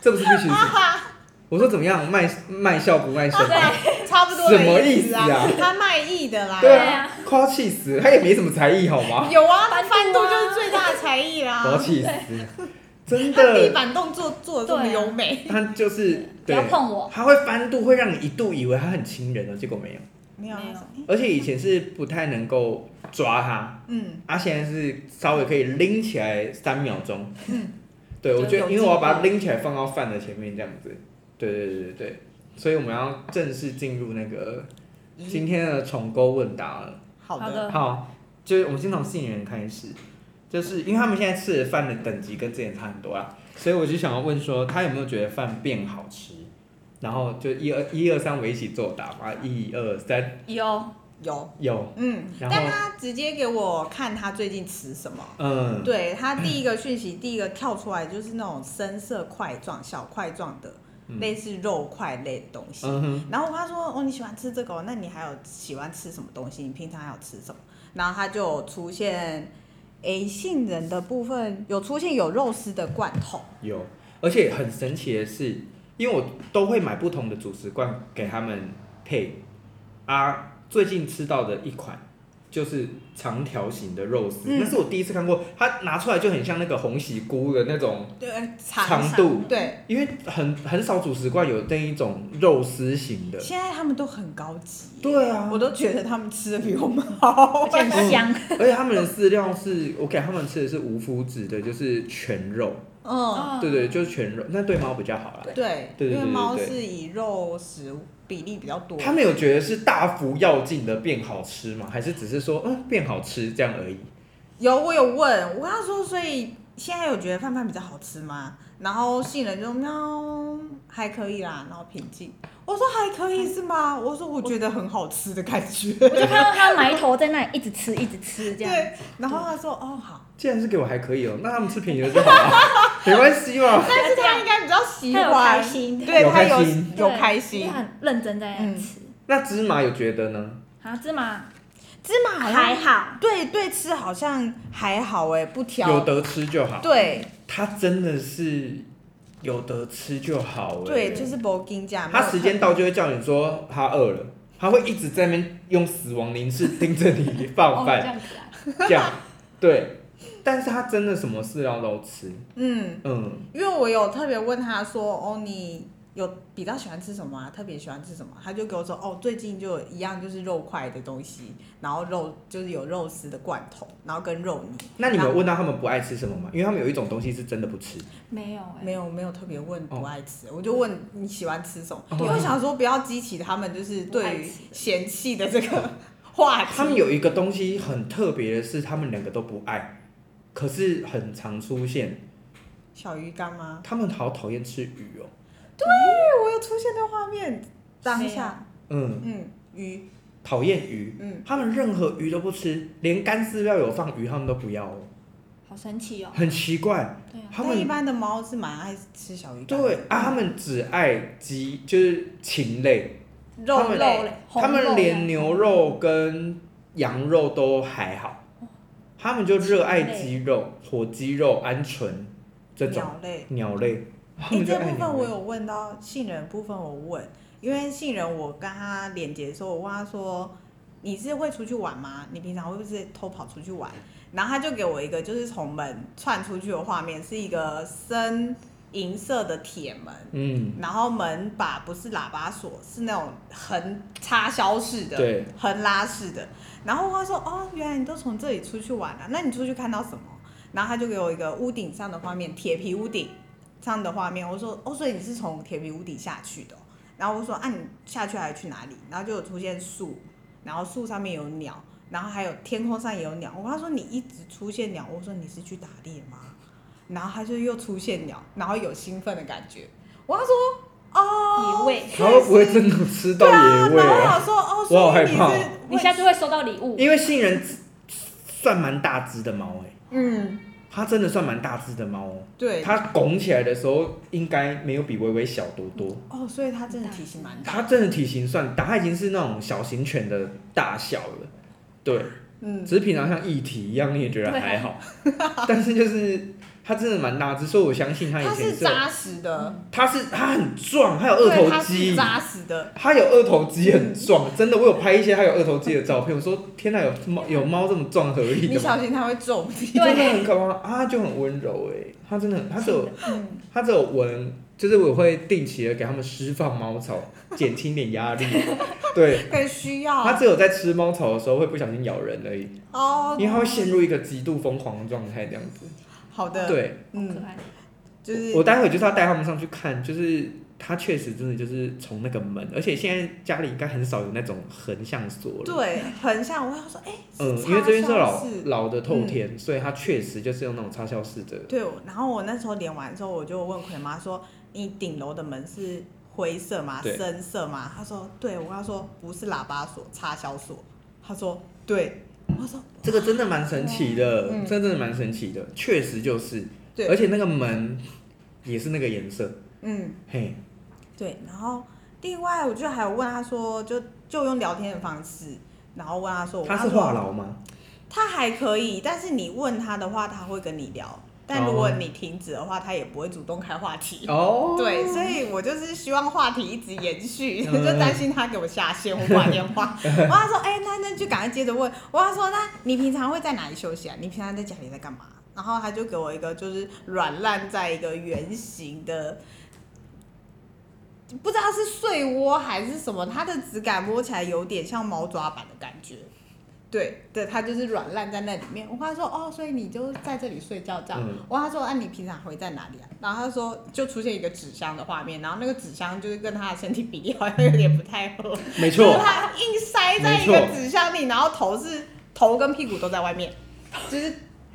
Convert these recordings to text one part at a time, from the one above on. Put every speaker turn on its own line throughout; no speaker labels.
这不是必须的。我说怎么样卖卖笑不卖身啊
哦，
吗？
对，差不多的
什么
意
意思啊
他卖艺的啦，
对
对
啊
啊，
快要气死了，他也没什么才艺好 吗？
有啊，
翻
翻
肚
肚
啊
就是最大的才艺啦
我。要气死，真
他地
的，
板动作做的这么
对啊
优美，
他就是
不
对
要，碰我，
他会翻肚，会让你一度以为他很亲人哦了，结果没有。
没有啊
没
没
有
有，
而且以前是不太能够抓他，
嗯，
啊，现在是稍微可以拎起来三秒钟。对，我觉
有
得因为我要把它
进
拎起来放到饭的前面这样子。对对对对对，所以我们要正式进入那个
嗯
今天的重构问答了。
好
好
的，
的嗯
好，就是我们先从杏仁开始，就是因为他们现在吃的饭的等级跟之前差很多啦，所以我就想要问说，他有没有觉得饭变好吃？然后就一二一二三，我一起作答嘛，一二三，
哦
有
有，
有，
嗯，
然
但
后
他直接给我看他最近吃什么。
嗯，
对他第一个讯息，第一个跳出来就是那种深色块状、小块状的，
嗯
类似肉块类的东西。
嗯哼，
然后他说：“哦，你喜欢吃这个哦、那你还有喜欢吃什么东西？你平常还有吃什么？”然后他就出现，诶，杏仁的部分有出现有肉丝的罐头，
有，而且很神奇的是，因为我都会买不同的主食罐给他们配，啊，最近吃到的一款就是长条形的肉丝，
嗯
那是我第一次看过，它拿出来就很像那个红喜菇的那种，
对，
长
长
度
对。
因为很很少主食罐有那一种肉丝型 的，
现在他们都很高级，
对啊
我都觉得他们吃的比我们好
而。且很香，
嗯
而且他们的饲料是我给他们吃的是无麸质的，就是全肉，
嗯，
嗯
对对，就是全肉，那对猫比较好啦。
对，
对对对
因为
对
猫
对
是以肉食比例比较多。
他们有觉得是大幅要进的变好吃吗？还是只是说嗯变好吃这样而已？
有，我有问，我跟他说，所以现在有觉得饭饭比较好吃吗？然后杏仁就喵，还可以啦，然后平静。我说还可以是吗？我说我觉得很好吃的感觉。
我就看到他埋头在那里一直吃，一直吃这样。
对，然后他说哦好，
既然是给我还可以哦、那他们吃便宜的就好了、没关系嘛。
但是他应该比较喜
他有
欢
开，心，
对
有
他
开
有
心
有
对
开
因
心嗯
为。很认真在那里吃。
那芝麻有觉得呢？
啊，芝麻
芝麻好像
还好，
对对吃好像还好哎、不
有
挑。
得吃就好。
对
它真的是有得吃就好、欸。
对，就是不跟价。
他时间到就会叫你说他饿了，他会一直在那边用死亡凝视盯着你
哦，
放
这
饭，
样子啊，
这样对。但是他真的什么饲料都吃，
嗯。
嗯，
因为我有特别问他说，哦，你有比较喜欢吃什么啊？特别喜欢吃什么？他就给我说，哦，最近就有一样就是肉块的东西，然后肉就是有肉丝的罐头，然后跟肉泥。
那你们
然
有
后
问到他们不爱吃什么吗？因为他们有一种东西是真的不吃，
没有哎，
没有没有特别问不爱吃，我就问你喜欢吃什么，
哦
因为我想说不要激起他们就是
不爱
对于
吃的
嫌弃的这个话题。
哦他们有一个东西很特别的是，他们两个都不爱，可是很常出现。
小鱼干吗？
他们好讨厌吃鱼哦、
对，我有出现的画面，当
谁
下
啊，
嗯，
嗯，鱼，
讨厌鱼，
嗯，
他们任何鱼都不吃，连干饲料有放鱼他们都不要哦、
好神奇哦。
很奇怪。
对啊，
他
但
们
一般的猫是蛮爱吃小鱼干的，
对啊，他们只爱鸡，就是禽类，
肉
他们
类。
嘞，红
他们
肉
连
类
牛肉跟羊肉都还好，他们就热爱鸡肉、火鸡肉、鹌鹑这种
鸟类。
鸟类。他
哎、
们就
这
爱
部分
鸟
我
类。
有问到杏仁部分，我问，因为杏仁我跟他连接的时候，我问他说：“你是会出去玩吗？你平常会不会偷跑出去玩？”然后他就给我一个就是从门窜出去的画面，是一个深银色的铁门，
嗯，
然后门把不是喇叭锁，是那种横插销式的，
对，
横拉式的。然后他说：“哦，原来你都从这里出去玩了、啊那你出去看到什么？”然后他就给我一个屋顶上的画面，铁皮屋顶上的画面。我说：“哦，所以你是从铁皮屋顶下去的哦、然后我说：“啊，你下去还去哪里？”然后就有出现树，然后树上面有鸟，然后还有天空上也有鸟。我跟他说：“你一直出现鸟。”我说：“你是去打猎吗？”然后他就又出现鸟，然后有兴奋的感觉。我跟他说：“哦，
野味
他会不会真的吃到野味
然后我
啊？
想说，哦，
我好
所以你
害怕
是
你下次会收到礼物，
因为杏仁算蛮大只的猫哎、
嗯，
它真的算蛮大只的猫哦，
对，
它拱起来的时候应该没有比微微小多多，
哦，所以它真的体型蛮大
它
的，
真的体型算大，它已经是那种小型犬的大小了，对，
嗯，
只是平常像一体一样，你也觉得还 好，但是就是它真的蛮大只，所以我相信它以
它
前
是
是有，
扎实的，
它是它很壮，还有二
对，它
头
是
肌。
扎实 的，
它有二头肌很壮，真的，我有拍一些它有二头肌的照片。我说天哪，有猫有猫这么壮合理
你
的吗？
小心它会揍你。
对
真的很可怕啊！它就很温柔哎、它真的很，它只有
嗯，
它只有闻，就是我会定期的给它们释放猫草，减轻点压力。对，
更需
它
要
只有在吃猫草的时候会不小心咬人而已，
哦
因。为它会陷入一个极度疯狂的状态这样子。
好的，，
对，
可
嗯，
爱。
就是
我待会就是要带他们上去看，就是它确实真的就是从那个门，而且现在家里应该很少有那种横向锁了。
对横向，我想说，哎，
嗯，
是
因为这边是
插销
老
式嗯
老的透天，所以它确实就是用那种插销式的。
对，我然后我那时候连完之后，我就问葵妈说：“你顶楼的门是灰色吗？
对
深色吗？”她说：“对。”我跟她说：“不是喇叭锁，插销锁。”她说：“对。”我说
这个真的蛮神奇的，
嗯
这个真的蛮神奇的，确实就是。
对
而且那个门也是那个颜色，：“
嗯，
嘿，
对。”然后另外，我就还有问她说：“就就用聊天的方式，然后问她说，我
它
跟
是
她
话
说
痨吗？
她还可以，但是你问她的话，她会跟你聊；但如果
哦
你停止的话，她也不会主动开话题。”
哦，
对，所以我就是希望话题一直延续，
嗯
就担心他给我下线或挂电 话。我跟他说，哎、那那就赶快接着问。我跟他说，那你平常会在哪里休息啊？你平常在家里在干嘛？然后他就给我一个就是软烂在一个圆形的，不知道是睡窝还是什么，它的质感摸起来有点像猫抓板的感觉。对对，它就是软烂在那里面。我跟他说，哦，所以你就在这里睡觉这样。
嗯
我跟他说，啊，你平常会在哪里啊？然后他说，就出现一个纸箱的画面，然后那个纸箱就是跟他的身体比例好像有点不太合，
没
就是
错，
他硬塞在一个纸箱里，然后头是头跟屁股都在外面， 就是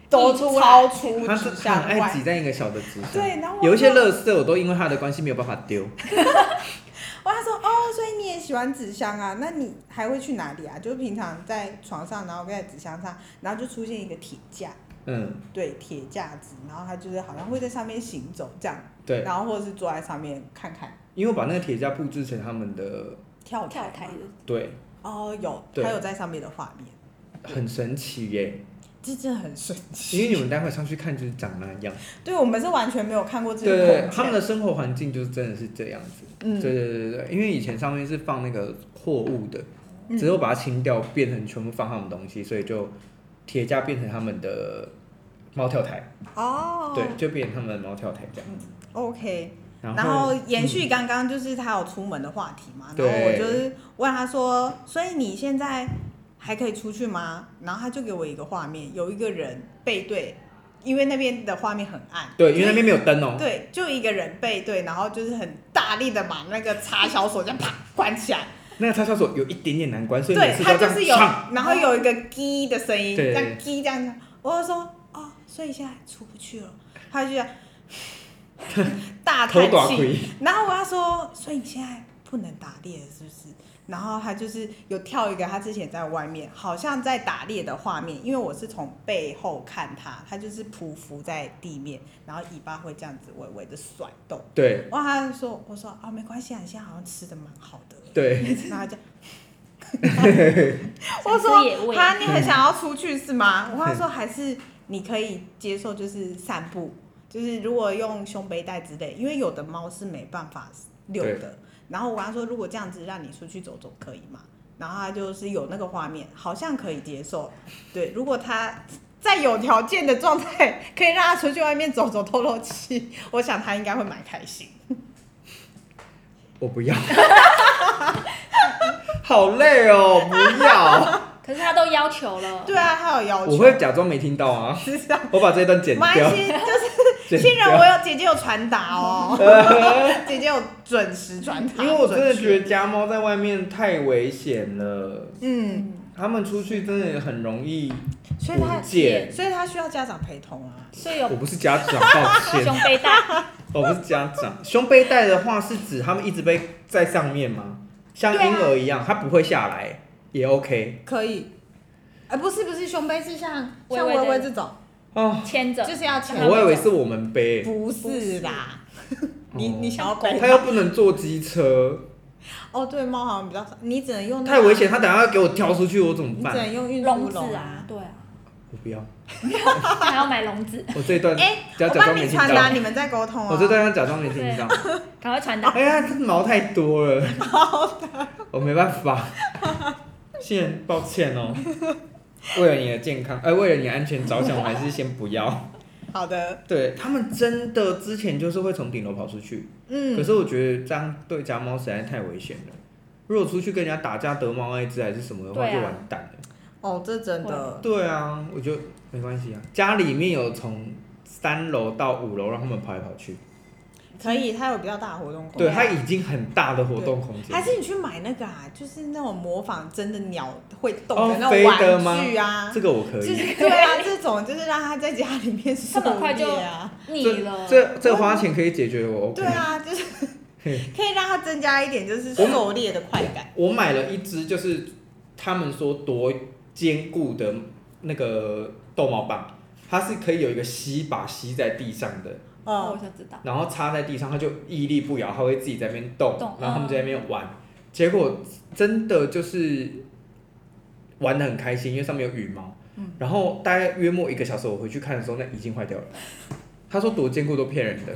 都出来
超出
它是
纸
很
箱
爱
外。
挤在一个小的纸箱。
对，然后我
有一些
就
垃圾我都因为它的关系没有办法丢。
哇，他说哦，所以你也喜欢纸箱啊？那你还会去哪里啊？就是平常在床上，然后跟在纸箱上，然后就出现一个铁架，
嗯，
对，铁架子，然后他就是好像会在上面行走这样，
对，
然后或者是坐在上面看看
因为我把那个铁架布置成他们的，
跳
跳
台
台
吗
的，
对，
哦，有，
对
他有在上面的画面，
很神奇耶。
这真的很神奇。
因为你们待会上去看就是长那样。
对我们是完全没有看过这
对
个
对对
空，
他们
间
的生活环境就是真的是这样子。
嗯
对对对对对，因为以前上面是放那个货物的，
嗯
只是我把它清掉，变成全部放他们东西，所以就铁架变成他们的猫跳台，
哦，
对，就变成他们的猫跳台这样。
，OK。
然
然
后嗯
后延续刚刚就是他有出门的话题嘛，然
对
后我就是问他说，所以你现在还可以出去吗？然后他就给我一个画面，有一个人背对，因为那边的画面很暗，
对，因为那
就是
边没有灯哦、
对，就一个人背对，然后就是很大力的把那个插销锁这样啪关起来，
那个插销锁有一点点难关，所以每
对
次
他
都这
就是有
样唱。，
然后有一个滴的声音，这
对
样滴这样子，我就说哦，所以现在出不去了，他 就这样大
偷
叹
短
气。
盔，
然后我要说，所以你现在不能打猎了，是不是？然后他就是有跳一个他之前在外面好像在打猎的画面，因为我是从背后看他，他就是匍匐在地面，然后尾巴会这样子微微的甩动。
对
然后他就说，我说啊、没关系啊，你现在好像吃的蛮好的。
对，
然后他就，
想
我
吃野
说
味
他你
嗯
很想要出去是吗？ 我跟他说还是你可以接受就是散步，就是如果用胸背带之类，因为有的猫是没办法遛的。然后我跟他说，如果这样子让你出去走走可以吗？然后他就是有那个画面，好像可以接受。对，如果他在有条件的状态，可以让他出去外面走走透透气，我想他应该会蛮开心。
我不要， 好累哦、不要，
可是他都要求了，
对啊，他有要求，
我会假装没听到啊，
是 这样。
我把这一段剪
蛮
掉。
心就是。
剪
新人，
掉
我有姐姐有传达哦， 姐姐有准时传达，
因为我真的
准确
觉得家猫在外面太危险了，
嗯，
它们出去真的很容易。
所以他
不见
所以他需要家长陪同啊。
所以有
我不是家长，抱歉
胸，背带，
我不是家长。胸背带的话是指它们一直被在上面吗？像
对啊
婴儿一样，它不会下来也 OK。
可以，哎、不是不是，胸背是像
微
像
微
微
的
微这种，
哦，
牵着
就，是要钱。
我以为是我们背，
不是啦，你你想
哦
要
他又不能坐机车，
哦，对，猫好像比较少，你只能用、那
太
个
危险，，他等下要给我挑出去，我怎么
你只
办？
能用运
笼
输
子
笼
啊。，对啊，
我不要，
还要买笼子，
我这一段
哎、
要假
我
装
帮
没
你
听
传达，
到，哦
你们在沟通啊。
我这段要假装没听到。
赶快传达。
哎呀，这毛太多了，我没办法，先抱歉 哦。为了你的健康，哎、为了你的安全着想，我还是先不要。
好的，
对他们真的之前就是会从顶楼跑出去，可
嗯，
是我觉得这样对家猫实在太危险了。如果出去跟人家打架得猫艾滋还是什么的话，
对啊
就完蛋了。
哦，这真的，
对啊，我觉得没关系啊。家里面有从三楼到五楼让他们跑来跑去，
哦可以，它有比较大的活动空
对，
间。
它已经很大的活动空间了。
还是你去买那个啊，就是那种模仿真的鸟会动
哦
的那种
飞的吗
玩具啊，
这个我可以。
就是 对 啊，这种就是让它在家里面狩
它很快就
猎啊，
腻
这
了，
这这花钱可以解决我 OK。
对啊，就是
嘿
可以让它增加一点就是狩猎的快感。
我买了一只，就是他们说多坚固的那个逗猫棒，它是可以有一个吸把吸在地上的，
哦我
嗯，
就知道，
然后插在地上，它就屹立不摇，它会自己在那边动
动，
然后他们在那边玩，结果真的就是玩的很开心，因为上面有羽毛。
嗯
然后大概约莫一个小时，我回去看的时候，那已经坏掉了。他说多坚固都骗人的，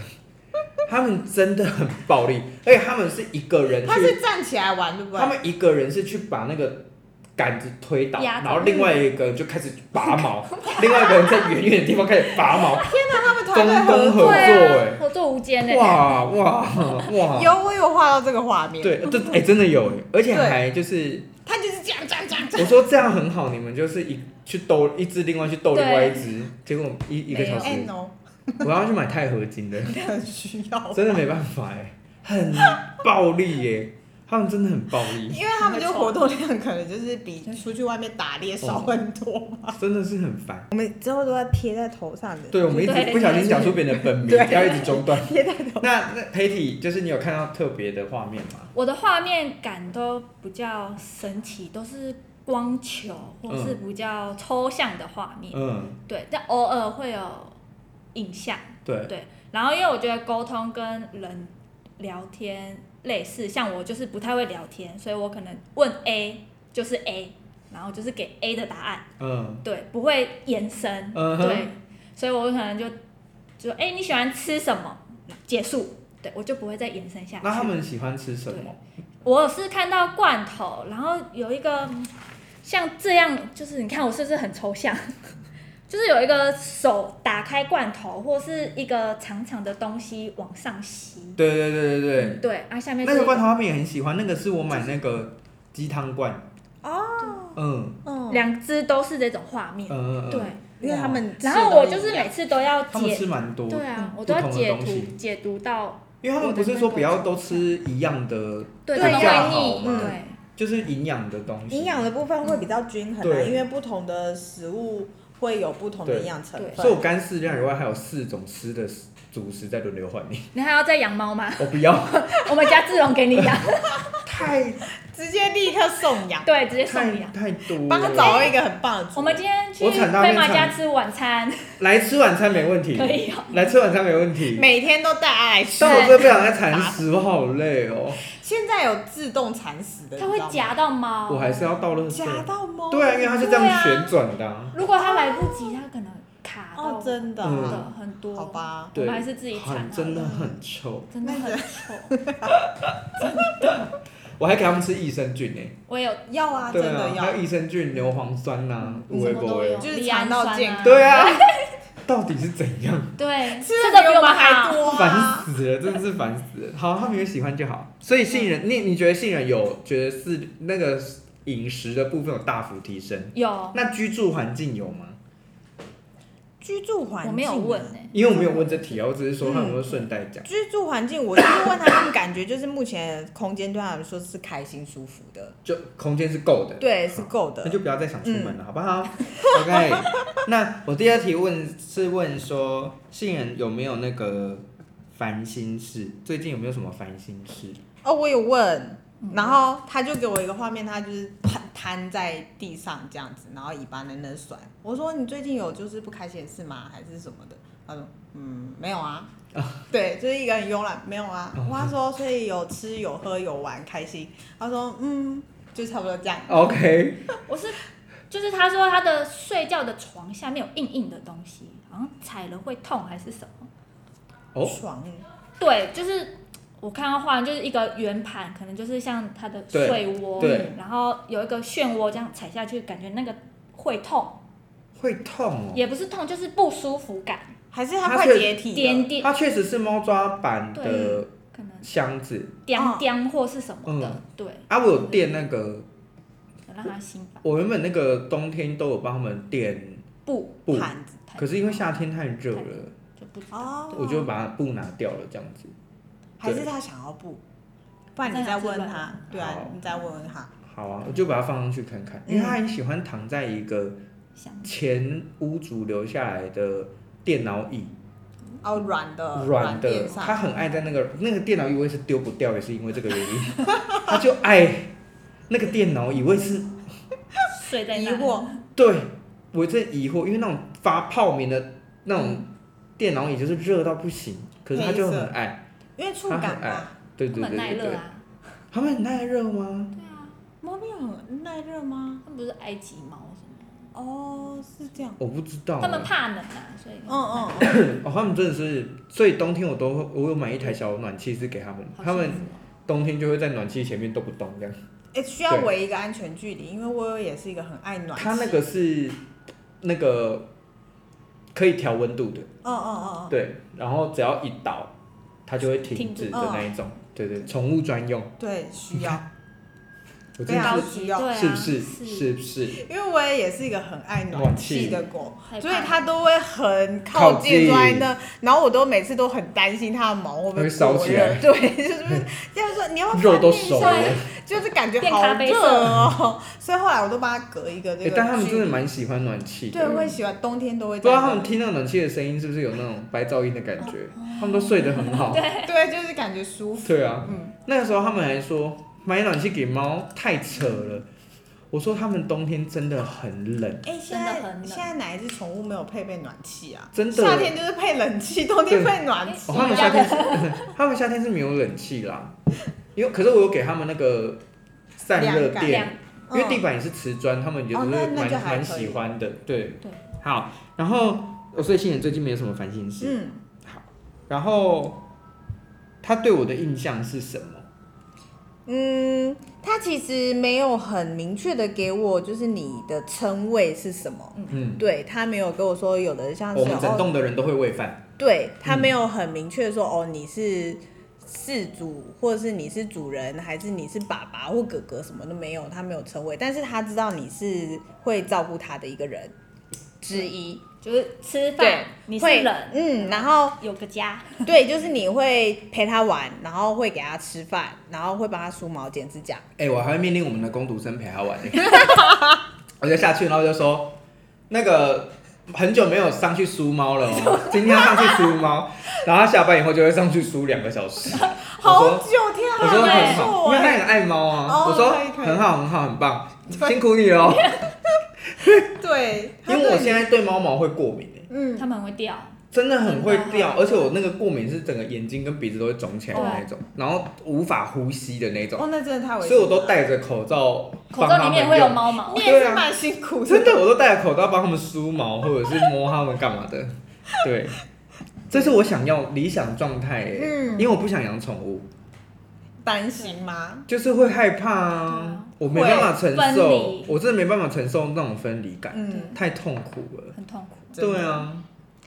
他们真的很暴力，而且他们是一个人去
它是站起来玩，对不对？
他们一个人是去把那个杆子推倒，
压倒
然后另外一个人就开始拔毛，另外一个人在远远的地方开始拔毛，
他们团队
分
合
工合
作
作欸
啊，合作无间呢，
哇哇哇！
有我有画到这个画面，
对，这哎、真的有欸，而且
对
还就是
他就是这样这样这样这
我
样。
说这样很好，你们就是一去兜一只，另外去兜另外一只，结果一一个小时
哎，no，
我要去买钛合金 的，
很需要，
真的没办法哎、很暴力耶、他们真的很暴力，
因为他们就活动量可能就是比出去外面打猎少很多。
真的是很烦。
我们之后都要贴在头上的，
对，我们一直
对
不小心讲出别人的本名，
对
要一直中断。
贴在头。
那那裴体，就是你有看到特别的画面吗？
我的画面感都比较神奇，都是光球或是比较抽象的画面，
嗯，
对，但偶尔会有影像，
对，
对。然后因为我觉得沟通跟人聊天类似，像我就是不太会聊天，所以我可能问 A 就是 A，然后就是给 A 的答案，
嗯，
对，不会延伸，
嗯哼
对，所以我可能就就哎、你喜欢吃什么？结束，对我就不会再延伸下去。
那他们喜欢吃什么？
我是看到罐头，然后有一个嗯像这样，就是你看我是不是很抽象？ 就是有一个手打开罐头，或是一个长长的东西往上吸。
对对对对
对，啊，下
对，
面
那
是
个罐头他们也很喜欢，那个是我买那个鸡汤罐，
哦，
嗯
嗯，
两只都是这种画面
嗯。嗯，嗯
对，，
因为他们，
然后我就是每次都要
他们
解，
吃蛮多，
对啊，
嗯
我都要
不同的
解
东西
读解读到
因为他们不是说不要都吃一样的，
对
对它们
要
会
好
腻，
嘛
对。
就是营养的东西，
营养的部分会比较均衡啊，
对
因为不同的食物会有不同的
对
营养成
对
所以
分。
我干饲料以外还有四种吃的主食在轮流换你，
你还要再养猫吗？
我不要，
我们家志龙给你 养，
太
直接立刻送养，
对，直接送你啊
太
养。
太多了，
帮他找到一个很棒的主人。
我们今天去
我产大
飞
便
马家
产
吃 晚餐，
来吃晚餐没问题，
可以哦。
来吃晚餐没问题，
每天都带爱来吃，
但我真的不想再铲屎，我好累哦，
现在有自动铲屎的，
它
你
会
知道吗
夹到猫。
我还是要倒垃圾。
夹到猫。
对啊，因为它是这样旋转的、啊。
如果它来不及，它可能卡到
哦，真的
真
啊，
嗯
的很多。
好，吧，
我
对，
们还是自己铲好
很
了。
真的很臭，
真的很臭，
我还给他们吃益生菌呢、
我有
要啊，真
对
的
啊，还有
要，
益生菌、牛磺酸呐、啊，
嗯什么都有，
就是
赖氨
肠道
酸
健
啊
康
对 啊，到底是怎样？
对，
吃
这
的
个
比我
比
们
我们
还
好。
多
烦
啊。
死了，真的是烦死
啊
了。好，他们有喜欢就好。所以杏
嗯
仁，你你觉得杏仁有觉得是那个饮食的部分有大幅提升？
有，
那居住环境有吗？
居住环境，
我
啊
没有问。哎，
因为我没有问这题啊，我只是说他们会顺带
嗯
讲。
居住环境，我就是问他他们，感觉就是目前空间对他们说是开心舒服的，
就空间是够的。
对，是够的
那。就不要再想出门了，好不好 ？OK，那我第二题问是问说，杏仁有没有那个烦心事？最近有没有什么烦心事？嗯
哦，我有问，然后他就给我一个画面，他就是躺瘫在地上这样子，然后尾巴在那甩。我说你最近有就是不开心的事吗？还是什么的？他说嗯没有啊，对，就是一个很慵懒，没有啊。
哦
我他说所以有吃有喝有玩开心。他说嗯就差不多这样。
OK，
我是，就是他说他的睡觉的床下面有硬硬的东西，好像踩了会痛还是什么。
哦，
爽，
对，就是我看到画就是一个圆盘，可能就是像他的
对
睡窝，
对
然后有一个漩涡这样踩下去，感觉那个会
哦
痛，
会痛哦。
也不是痛，就是不舒服感，
还是他
他
快
是
解体了？
颠颠
它确实是猫抓板的
对可能
箱子
颠
哦
颠或是什么的，
嗯
对，
啊，我有垫那个，
让他心烦。
我原本那个冬天都有帮他们垫
不，
布，
盘子
可是因为夏天太热了，
就不知道。
哦，
我就把布拿掉了，这样子。
还是他想要不，不然你再问他，对啊
好，
你再问问他。
好啊，我就把它放上去看看，因
嗯
为它很喜欢躺在一个
想
前屋主留下来的电脑椅，
哦，软的，
软的
垫，上，
它很爱在那个那个电脑椅，我也是丢不掉，也是因为这个原因， 它就爱那个电脑椅，我也是
睡在
疑
那里
惑，
对我真疑惑，因为那种发泡棉的那种电脑椅就是热到不行，可是它就很爱，
因为触
它
感
很爱
吧，，
对
他
对
们
对
很耐
对
热
对，
啊，
它们很耐热吗？
对啊，
猫咪很耐热吗？
他们不是埃及猫什么
哦，是这样，
我不知道
的，
欸，
他们怕冷啊，所以
嗯嗯，嗯
哦，他们真的是，所以冬天我都会，我有买一台小暖气是给他们，
好
他们
幸福哦
冬天就会在暖气前面都不动这样。
哎，需要
对
围一个安全距离，因为我也是一个很爱暖气，
它那，个是那个可以调温度的，
嗯嗯嗯嗯，
对，然后只要一倒，它就会停
停
止
止
的那一
哦
种，对对，宠物专用，
对，需要，
我
对
真
啊
的
高
是
级，
要
对啊，
是是不是
是
是不是？
因为我也是一个很爱暖气的狗。
害怕
所以它都会很靠近坐在那，然后我都每次都很担心它的毛会不
会
会
烧
过
起
热
来
对， 就是这样说，你要不要
肉都
翻面
熟了，
上
哎、
就是感觉
变
好
咖啡
热哦， 所以后来我都帮它隔一个这个距离。
但他们真的蛮喜欢暖气的，
对，我
不
会喜欢冬天都会
知
在
道
那。
他们听到暖气的声音是不是有那种白噪音的感觉？他们都睡得很好，
哦 对，就是感觉舒服。
对啊，
嗯，
那个时候他们还说买暖气给猫太扯了，我说他们冬天真的很冷，
哎，现
真的
在
很冷
现在哪一只宠物没有配备暖气啊？
真的。
夏天就是配冷气，冬天配暖气
哦，他们夏天是， 他们夏天是没有冷气啦，因为可是我有给他们那个散热
凉感
垫，因为地
嗯
板也是瓷砖，他们也
哦
是
那那
蛮
就还
蛮
可以
喜欢的，对
对。
好，然后我所以新人最近没有什么烦心事，
嗯，
然后他对我的印象是什么？
嗯，它其实没有很明确的给我，就是你的称谓是什么。
嗯，
对它没有给我说有的像是
我们整
哦，
栋的人都会喂饭，
对它
嗯
没有很明确地说哦你是事主，或者是你是主人，还是你是爸爸或哥哥什么都没有，它没有称谓，但是它知道你是会照顾它的一个人之一，
就是
对
吃饭，你是
会
人，
嗯，然后
有个家，
嗯
对，就是你会陪它玩，然后会给它吃饭，然后会帮它梳毛、剪指甲，
哎、我还会命令我们的工读生陪他 玩、欸，我就下去，然后就说那个。很久没有上去梳猫了哦，今天要上去梳猫，然后他下班以后就会上去梳两个小时。
好久天啊，
我说
没
欸
很
错
好，因为他
哎，
很爱猫啊。
哦
我说
可以可以
很好，很好，很棒，
对
辛苦你了。哦
对，它
因为我
对你
现在对猫毛会过敏欸
嗯
他们会掉，
真的很会
真的
掉，而且我那个过敏是整个眼睛跟鼻子都会肿起来的那种，然后无法呼吸的那种，
哦，那真的太危险，
所以我都。戴着口罩
口
帮
罩
他
里面
们
会有
用。
猫毛
你，也
对
是
啊
蛮辛苦 的，
真的，我都戴着口罩帮他们梳毛，或者是摸他们干嘛的。对，这是我想要理想状态欸，
嗯
因为我不想养宠物，
担心吗？
就是会害怕
对
啊
啊，
我没办法承
分
受
离，
我真的没办法承受那种分离感。
嗯，
太痛苦了。
很痛苦。
真的
对，啊，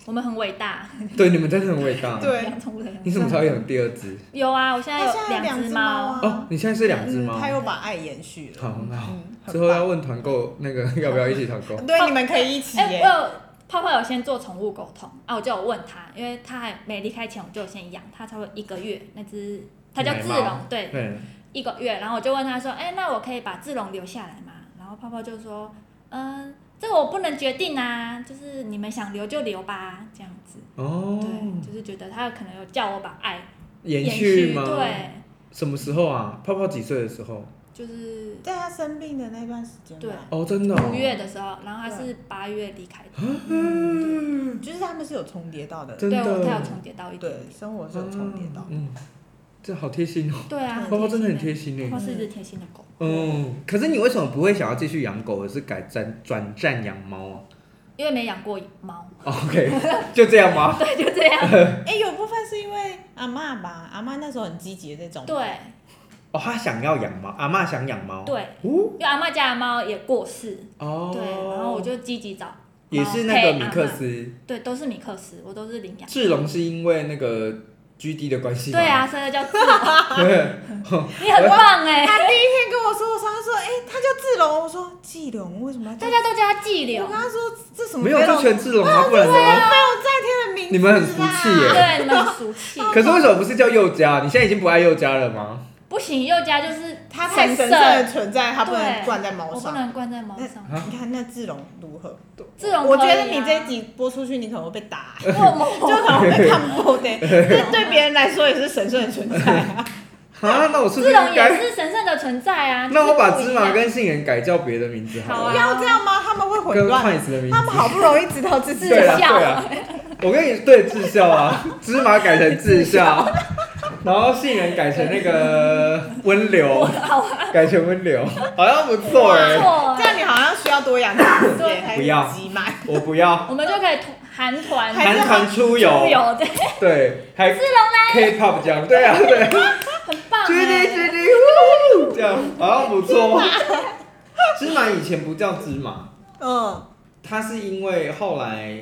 我们很伟大，
对，你们真的很伟大。
对。
养宠物的人
你怎么才会养第二只？
有啊，我现在
他现在有
有
两
只
只
猫，
猫啊
哦，你现在是两只猫
嗯，，他又把爱延续了。
好很好
嗯，很
之后要
棒
问团购那个 要不要一起 团购？
对，你们可以一起
哎，
耶。
我有泡泡有先做宠物沟通啊，我就有问他，因为他还没离开前，我就有先养他，差不多一个月，那只它叫
奶
智
猫
龙，对，
对，
一个月，然后我就问他说：“哎、那我可以把志龙留下来吗？”然后泡泡就说：“嗯、这个我不能决定啊，就是你们想留就留吧，这样子。”
哦，
对，就是觉得他可能有叫我把爱
延
续
续吗？
对，
什么时候啊？泡泡几岁的时候？
就是
在他生病的那段时间吧，
对
哦，真的、哦。
五月的时候，然后他是八月离开的，
嗯，就是他们是有重叠到的，
啊真
对
的
我他有重叠到一点
对，生活是有重叠到的。
嗯，这好贴心哦，
对啊，
包包
很
真的很
贴
贴心
心欸，
呢。
它是一只贴心的狗，
嗯，可是你为什么不会想要继续养狗，而是改战转战养猫啊
因为没养过猫，
哦？OK，就 这样吗？
对，就这样，
哎、有部分是因为阿妈吧，阿妈那时候很积极的那种，，
对
哦，他想要养猫，阿妈想养猫。。
对，
哦
因为阿嬷家的猫也过世，
哦。
对，然后我就积极找，
也是那个
猫
米
配阿
克
嬷
斯，
对，都是米克斯，我都是领养，
志龙是因为那个 GD 的关系吗
对啊，，所以叫自由，
对，
你很棒 哎、
他第一天跟我说的时候，他说：“哎、他叫志龙。”我说：“志龙为什么要叫
大？”家都叫它季流
我跟，他说：“这什 么
没有就
飞龙
全志龙啊，不然怎么？
的名字啊？”
你们很服气耶
对，你们很俗气，
可是为什么不是叫佑嘉？你现在已经不爱佑嘉了吗？
不行，佑家就是
他太神
神
圣的存在，他不能
对
冠在猫
我不
上。
能冠在猫上。
啊
你看那志龙如何？
这种
我
可
觉
以
得你
啊
这一集播出去，你可能会被打、欸
为什么
就可能会被看不 的。这对别人来说也是神圣的存在啊。
啊，那我是不
这
是
种
应
也
该？
是神圣的存在啊。
那我把
就是
芝
不一样
麻跟杏仁改叫别的名字好
好
了，
啊
要这样吗？他们会混
跟
乱。啊
筷子的名字
他。们好不容易知道自己
对
智
啊，
孝
对啊，我跟你对智孝啊，芝麻改成智孝，然后杏仁改成那个温流，改成温流，好像不错哎、
不错啊
这样你好像需要多养几只
对
才
不要
挤满。
我不要。
我们就可以团韩团
还
韩
是
团出
出
游，
游，对，
对，还 K-pop 这样，对啊，对，
很棒
决定
哎。
决定，呜这样好像不错。芝麻以前不叫芝麻，
嗯，
它是因为后来，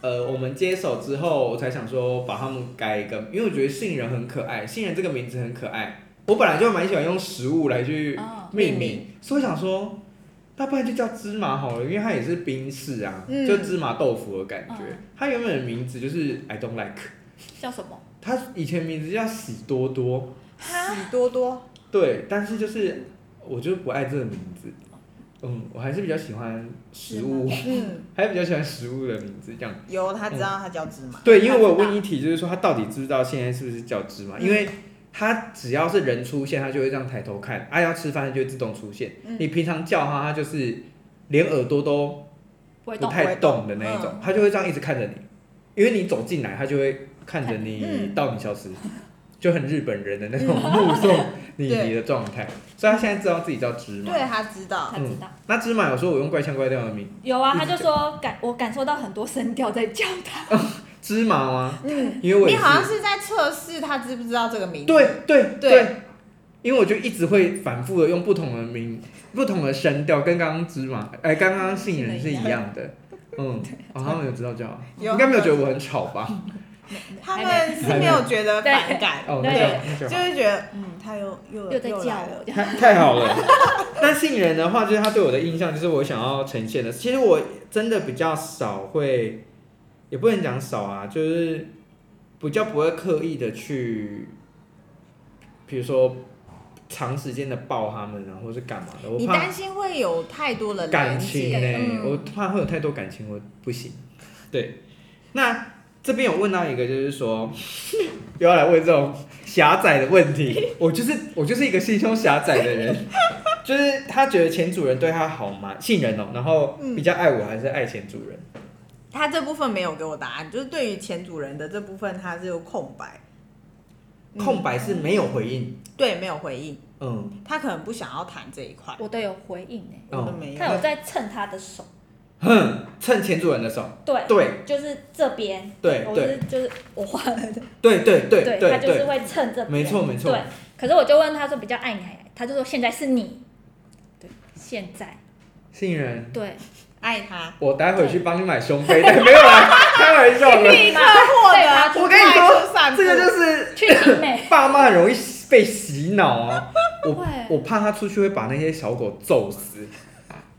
呃，我们接手之后，我才想说把它们改一个，因为我觉得杏仁很可爱，杏仁这个名字很可爱，我本来就蛮喜欢用食物来去
哦
命
命
名，所以我想说。那不然就叫芝麻好了，因为它也是冰室啊，
嗯
就芝麻豆腐的感觉
嗯。
它原本的名字就是 I don't like，
叫什么？
他以前名字叫喜多多，
喜多多，
对，但是就是我就是不爱这个名字，嗯，我还是比较喜欢食物，
嗯，
还是比较喜欢食物的名字这样。
有他知道他嗯叫芝麻，
对，因为我有问一题，就是说他到底知不知道现在是不是叫芝麻？因为他只要是人出现，他就会这样抬头看；，啊，要吃饭，他就会自动出现。
嗯
你平常叫他，他就是连耳朵都
不会
不
动。
太动的那一
嗯
种，他就会这样一直看着你，因为你走进来，他就会看着你
嗯
到你消失，就很日本人的那种目送你
对
你的状态，所以他现在知道自己叫芝麻。
对他知道
他，知道
那芝麻有说我用怪腔怪调的名
有啊，他就说感我感受到很多声调在叫他，
芝麻吗？
嗯，
因为我
你
也是
好像是在测试他知不知道这个名字，
对对
对
对，因为我就一直会反复的用不同的名、不同的声调，跟刚刚芝麻，哎，刚刚杏仁是一样的。嗯，哦，他们有知道叫，
有
应该没有觉得我很吵吧？
他们是没有觉得反感，
哦，那就
对，
好那就好
就。是觉得 嗯，他又又
又在
又
叫
来
我
了，
这样。
太太好了。但杏仁的话，就是他对我的印象，就是我想要呈现的。其实我真的比较少会，也不能讲少啊，就是比较不会刻意的去，比如说长时间的抱他们啊，或是干嘛的。我
你
怕
担心会有太多的
感
连
情
接，
呢、
嗯
我怕会有太多感情，我不行。对，那这边有问到一个，就是说 不要来问这种狭窄的问题。我就是我就是一个心胸狭窄的人，就是他觉得前主人对他好嘛，信任哦，然后比较爱我还是爱前主人？
他这部分没有给我答案，就是对于前主人的这部分，他是有空白，嗯
空白是没有回应，
对，没有回应，
嗯，
他可能不想要谈这一块，
我都有回应哎，
我都
哦
没有
他，有在蹭他的手，
哼，趁前主人的手，
对，
对
就是这边，
对
我
对
是就是我画了的，
对对对
对他
对
就是
对，
会蹭这边，
没错没错
对，可是我就问他说比较爱你还，他就说现在是你，对，现在
信任。
对，
爱他，
我待会去帮你买胸杯，但没有啦， 开玩笑的。
立刻获
对他
得，
我跟你
外出
说，
散 步
这个就是
去景美
爸妈很容易被洗脑啊。我
会
我怕他出去会把那些小狗揍死，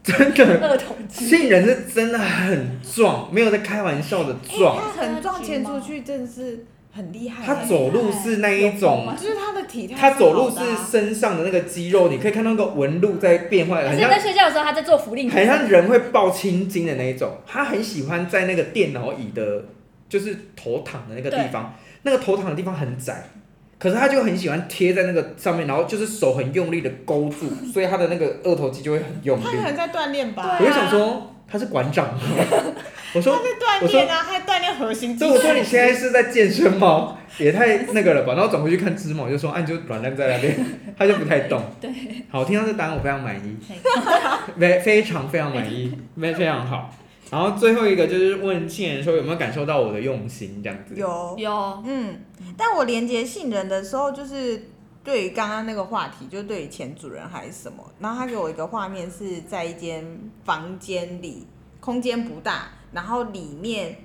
真的。
二头肌，
杏仁是真的很壮，没有在开玩笑的壮。
他很撞前出去，真的是很厉害。
他走路是那一种，
就是他的体态是好的啊，
他走路是身上的那个肌肉，你可以看到那个纹路在变化，
可
很
是
像
在睡觉的时候他在做福利，
很像人会抱青筋的那一种。他很喜欢在那个电脑椅的，就是头躺的那个地方，那个头躺的地方很窄，可是他就很喜欢贴在那个上面，然后就是手很用力的勾住，所以他的那个二头肌就会很用力
他。可能在锻炼吧？
对啊
我就想说他是馆长吗？我说
他在锻炼啊，他在锻炼核心肌
所以我
群。
说你现在是在健身吗？也太那个了吧。然后转回去看芝麻，我就说啊，你就软烂在那边，他就不太动。
对，
好，听到这答案我非常满意， 非非常非常满意，非非常好。然后最后一个就是问杏仁说有没有感受到我的用心这样子。
有
有
嗯，但我连接杏仁的时候，就是对于刚刚那个话题，就对于前主人还是什么，然后他给我一个画面是在一间房间里，空间不大，然后里面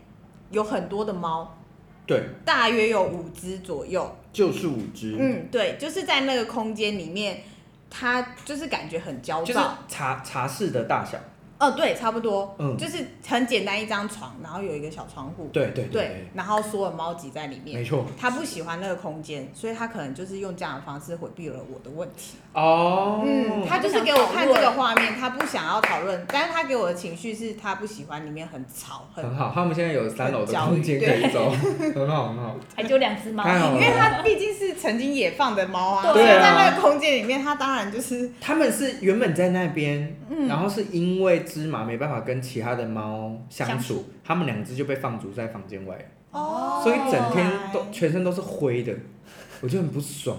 有很多的猫，
对，
大约有五只左右。
就是五只，
嗯，对，就是在那个空间里面，它就是感觉很焦
就是
躁。
茶茶室的大小。
哦，对，差不多，
嗯，
就是很简单一张床，然后有一个小窗户，
对对
对，然后所有猫挤在里面
对，。没错。
他不喜欢那个空间，所以他可能就是用这样的方式回避了我的问题。
哦，
嗯，他就是给我看这个画面，他不想要讨论，但是他给我的情绪是他不喜欢里面很吵，很，
很好，他们现在有三楼的空间可以走，很好很 好，
还就两只猫，
太好
因
了。
为他毕竟是曾经野放的猫啊，所以
对啊
在那个空间里面，他当然就是
他们是原本在那边，
嗯
然后是因为芝麻没办法跟其他的猫相
相
处
处，
他们两只就被放逐在房间外，
哦
所以整天都
嗯
全身都是灰 的，我就很不爽。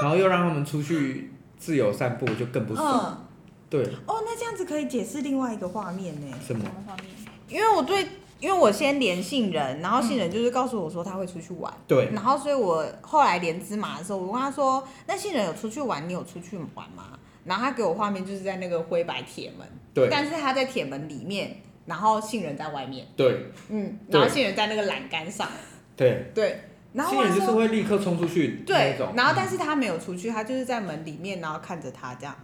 然后又让他们出去自由散步，我就更不爽。
嗯，
对，
哦，那这样子可以解释另外一个画面呢，
什
什
么？
么画面？
因为我对，因为我先连杏仁，然后杏仁就是告诉我说他会出去玩。
对，
然后所以我后来连芝麻的时候，我问他说：“那杏仁有出去玩，你有出去玩吗？”然后他给我画面就是在那个灰白铁门，
对
但是他在铁门里面，然后杏仁在外面，
对，
嗯，
对
然后杏仁在那个栏杆上，
对。
对，然后
新
我
人就
说
是会立刻冲出去那
对
一种，，
然后但是他没有出去，他就是在门里面，然后看着他这样，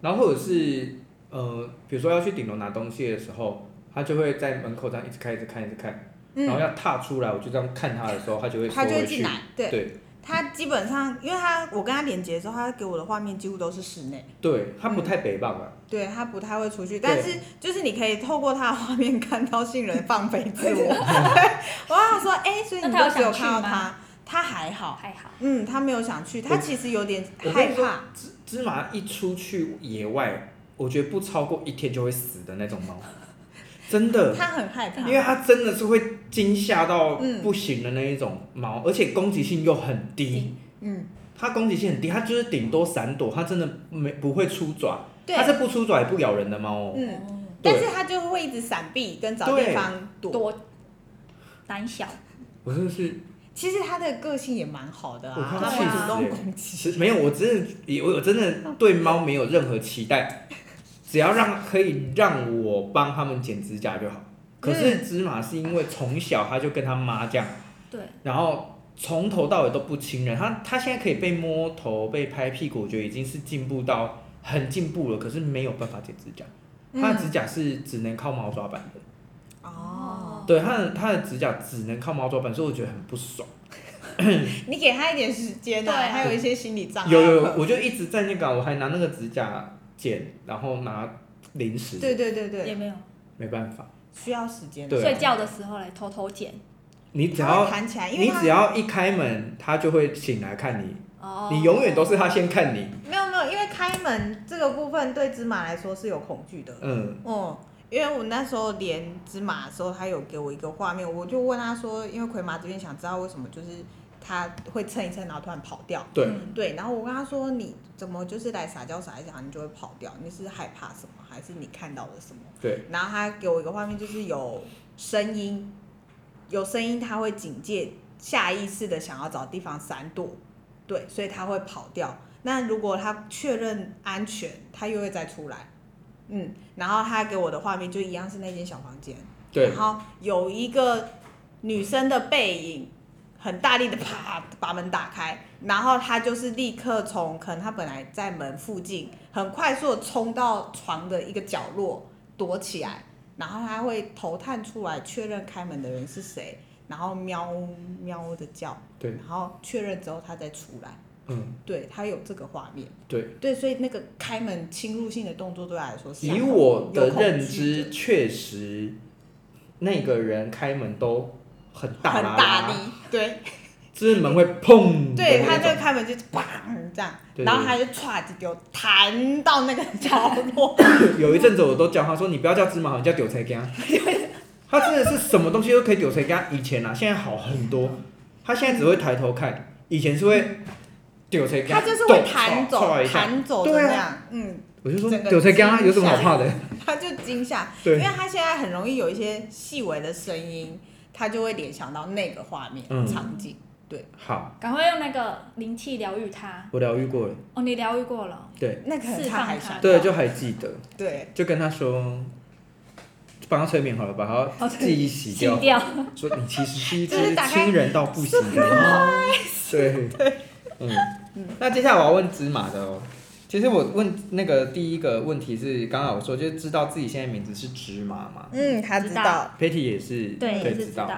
然后或者是呃，比如说要去顶楼拿东西的时候，他就会在门口这样一直看，一直看，一直看，然后
嗯，
要踏出来，我就这样看他的时候，他就会收
他就会
回
进
去。
来，对，
对
他基本上因为他我跟他连接的时候，他给我的画面几乎都是室内。
对，他不太北棒啊，
对他不太会出去，
对
但是就是你可以透过他的画面 看到杏仁放飞 自我。我想说，哎、所以你
那他
都
有
只有
想去
看到他
吗，
他还好，
还好，
嗯，他没有想去，他
我
其实有点
我跟
害
你说
怕。
芝芝麻一出去野外，我觉得不超过一天就会死的那种猫， 真 的，
他很害怕，
因为它真的是会惊吓到
嗯
不行的那一种猫，而且攻击性又很低
低，
嗯，
它攻击性很低，它就是顶多闪躲，它真的没不会出爪，
对
它，是不出爪也不咬人的猫哦。
嗯，
嗯，
但
对
是他就会一直闪避跟找地
对
方躲。
多胆小，
我真的是，
其实他的个性也蛮好的啊
我，
他
快
不
气
主
死
动
欸
攻
其
击。
实没有，我真的，我我真的对猫没有任何期待，只要让可以让我帮它们剪指甲就好。可是芝麻是因为从小它就跟它妈这样，
对，
然后从头到尾都不亲人，它它现在可以被摸头、被拍屁股，我觉得已经是进步到很进步了，可是没有办法剪指甲。
嗯
它的指甲是只能靠猫抓板的，
哦，
对，它的它的指甲只能靠猫抓板，所以我觉得很不爽。
你给他一点时间
对
啊，
啊
他有一些心理障碍。
有有，有，我就一直在那个啊，我还拿那个指甲剪，然后拿零食，
对对对
也
对，
没有。
没办法，
需要时间。
对啊
睡觉的时候来偷偷捡，
你只
他会
要
弹起来，因为
你
他
只要一开门，它就会醒来看你，
哦，
你永远都是它先看你，
没有没有，因为开门这个部分对芝麻来说是有恐惧的。
嗯，
哦、因为我那时候连芝麻的时候，他有给我一个画面，我就问他说，因为葵麻这边想知道为什么就是他会蹭一蹭，然后突然跑掉。
对，
嗯
对，然后我跟他说，你怎么就是来撒娇撒一撒，你就会跑掉？你是害怕什么，还是你看到了什么？
对。
然后他给我一个画面，就是有声音，有声音，他会警戒，下意识的想要找地方闪躲，对，所以他会跑掉。那如果他确认安全，他又会再出来。嗯，然后他给我的画面就一样是那间小房间，
对
然后有一个女生的背影，很大力的啪把 门打开，然后她就是立刻从可能她本来在门附近，很快速的冲到床的一个角落躲起来，然后她会头探出来确认开门的人是谁，然后喵喵的叫，
对，
然后确认之后她再出来，
嗯，
对她有这个画面，
对。
对，所以那个开门侵入性的动作对她来说是
以
很
我
有
的
恐
认
惧
知，确实那个人开门都很
的
大
很
啦
大
啦
力，对，
就是门会砰的
对，
嗯那
他
种
就开门就砰这样，
对
然后他就歘就给我弹到那个角 落，
有一阵子我都教他说，你不要叫芝麻好，你叫丢菜干。 他真的是什么东西都可以丢菜干。以前啊，现在好很多。他现在只会抬头看，以前是会丢菜
他
干，
就是会
抖
弹
唰
走
唰一下
弹走的
对啊
那样，嗯，
我就说
整个
丢菜干
惊
有什么好怕的？
他就惊吓，因为
啊对，
他现在很容易有一些细微的声音，他就会联想到那个画面、
嗯
场景。
好，
赶快用那个灵气疗愈他。
我疗愈过了。
哦，你疗愈过了，
对
那可能他还想
对，就还记得，
对，
就跟他说，帮他催眠好了，把他
哦
记忆洗
洗
掉。
掉。
说你其实是一只
就是打开
亲人到不行的猫。对对，嗯。那接下来我要问芝麻的哦。其实我问那个第一个问题是，刚刚我说就是知道自己现在名字是芝麻嘛
嗯，他知
知
道
道，
？Patty 也是
对，也是
知
知道
道。。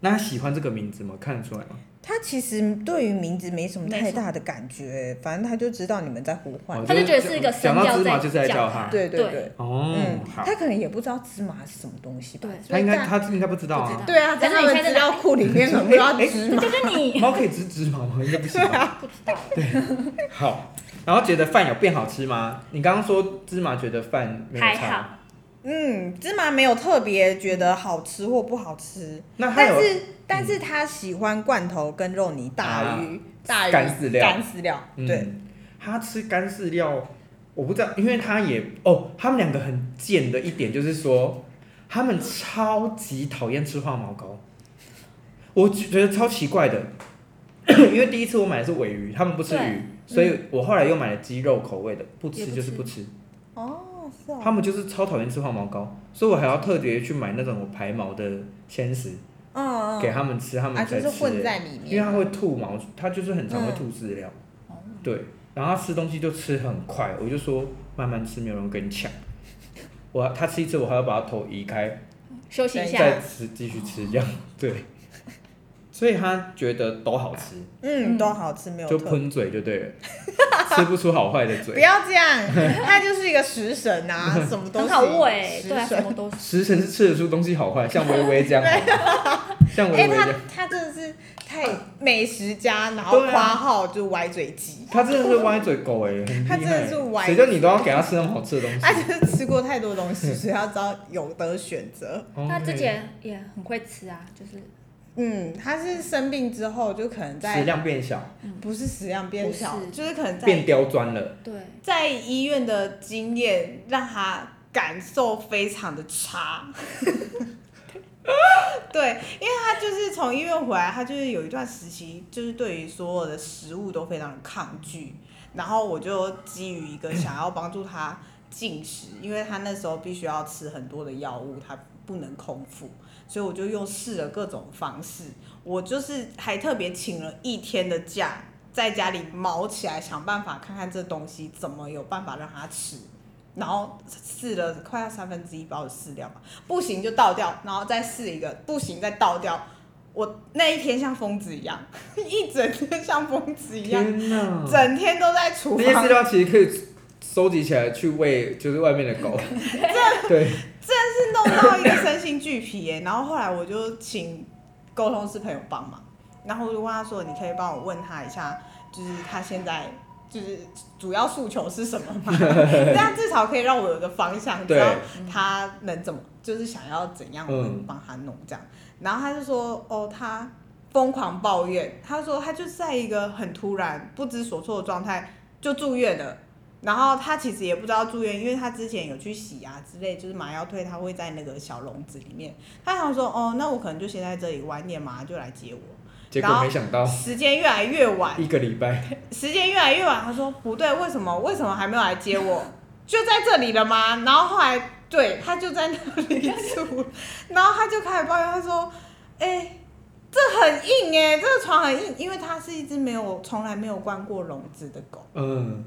那他喜欢这个名字吗？看得出来吗？
他其实对于名字没什么
没
太
什么
大的感觉，反正他就知道你们在呼唤。
哦
他就觉得是一个
讲
神
到
教
芝麻
在
就是在叫
叫
他。
对对
对
对，
哦
嗯，，
好。
他可能也不知道芝麻是什么东西吧
对？
所
他
以
应该
在
他应该不知道
不
啊
知。
对啊，
哦但
在他
是你
们
猜
资
在
料库里面可能不知道芝麻。
就是你
猫可以吃芝麻吗？应该不行
对
吧。
啊，
不知道，
好，然后觉得饭有变好吃吗？你刚刚说芝麻觉得饭没有
还
差，
好，
嗯，芝麻没有特别觉得好吃或不好吃，
那还
但
有嗯
是但是他喜欢罐头跟肉泥大于大
啊
于
干饲料
干饲料，对，
嗯，他吃干饲料，我不知道，因为他也哦，他们两个很贱的一点就是说，他们超级讨厌吃化毛膏，我觉得超奇怪的， 因为第一次我买的是尾鱼，他们不吃
对
嗯
鱼，所以我后来又买了鸡肉口味的，不吃
也不
就是
吃
不吃，
哦，是
他
哦，
们就是超讨厌吃化毛膏，所以我还要特别去买那种有排毛的鲜食
嗯
给
嗯，
他们吃，他们
啊，
才
就
吃、欸
是混在里
因为
面，
它会吐毛，它就是很常会
嗯
吐饲料，
哦
对，然后它吃东西就吃很快，我就说慢慢吃，没有人跟你抢。我它吃一次，我还要把它头移开，
休息一
等
下
再。吃继续吃这样，对。 所以他觉得都好吃，
嗯，
嗯
都好吃，没有
就
特别。
喷嘴就对了，吃不出好坏的
不
嘴。
要这样，他就是一个食神 啊，什么都
很
行
好喂，
食
对啊，什
神。
么都是。
食神是吃得出东西好坏，像微微这样吗， 像微
哎、
微这
他
样，
他真的是太美食家，然后
对啊
夸号就歪嘴鸡，
他真的是歪嘴狗哎、很厉害
他真的是歪
谁叫你都要给他吃那么好吃的东西
他就是吃过太多东西，
嗯
所以他知道有的选择。
？OK？
他自己也也很会吃啊，就是
嗯，他是生病之后就可能
食
在
量变小，
不是食量变小
不，是
就是可能在
变刁钻了。
对，
在医院的经验让他感受非常的差。 对，因为他就是从医院回来，他就是有一段时期，就是对于所有的食物都非常的抗拒。然后我就基于一个想要帮助他进食，因为他那时候必须要吃很多的药物，他不能空腹，所以我就又试了各种方式。我就是还特别请了一天的假，在家里毛起来，想办法看看这东西怎么有办法让他吃。然后试了快要三分之一包的饲料吧，不行就倒掉，然后再试一个，不行再倒掉。我那一天像疯子一样， 一整天像疯子一样，
天哪！
整天都在厨
嗯那些
房
饲，料其实可以收集起来去喂，就是外面的 狗。对，
是弄到一个身心俱疲耶。然后后来我就请沟通师朋友帮忙，然后我就问他说：“你可以帮我问他一下，就是他现在就是主要诉求是什么吗？这样至少可以让我有个方向，知
对
道他能怎么，就是想要怎样，我能帮他弄这样。”然后他就说：“哦，他疯狂抱怨，他说他就是在一个很突然不知所措的状态就住院了。”然后他其实也不知道住院，因为他之前有去洗牙之类，就是麻药退，他会在那个小笼子里面。他想说，哦，那我可能就先在这里，晚点麻就来接我。
结果没想到
时间越来越晚，
一个礼拜，
时间越来越晚，他说不对，为什么为什么还没有来接我？ 就在这里了吗？然后后来对他就在那里住， 然后他就开始抱怨，他说，哎、这很硬哎、这个床很硬，因为它是一只没有从来没有关过笼子的狗，
嗯，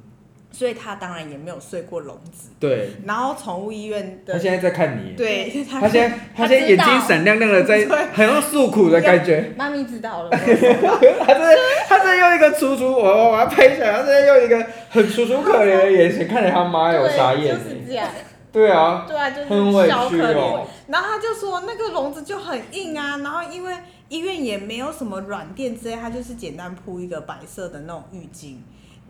所以它当然也没有睡过笼子。
对。
然后宠物医院
他
的
现在在看你，
对，
他
他
现在他现在眼睛闪亮亮的，在
对
很像诉苦的感觉。
妈咪知道了，我有说
他真的他真的用一个楚楚我我把他拍起来，他真的用一个很楚楚可怜的眼神看 着他妈，有傻
对，
眼
就是这样，
对啊，
对啊，就是
很委
小
屈
可怜。
哦。
然后他就说那个笼子就很硬啊，然后因为医院也没有什么软垫之类，他就是简单铺一个白色的那种浴巾，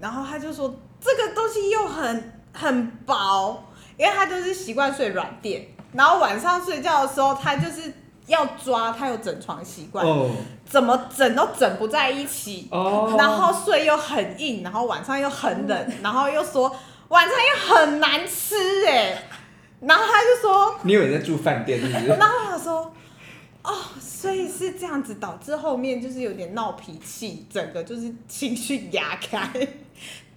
然后他就说这个东西又很很薄，因为他就是习惯睡软垫，然后晚上睡觉的时候他就是要抓，他有整床习惯，
哦
怎么整都整不在一起，
哦，
然后睡又很硬，然后晚上又很冷，然后又说晚上又很难吃哎、然后他就说，
你以为你在住饭店是不是？
然后我想说，哦，所以是这样子导致后面就是有点闹脾气，整个就是情绪压开，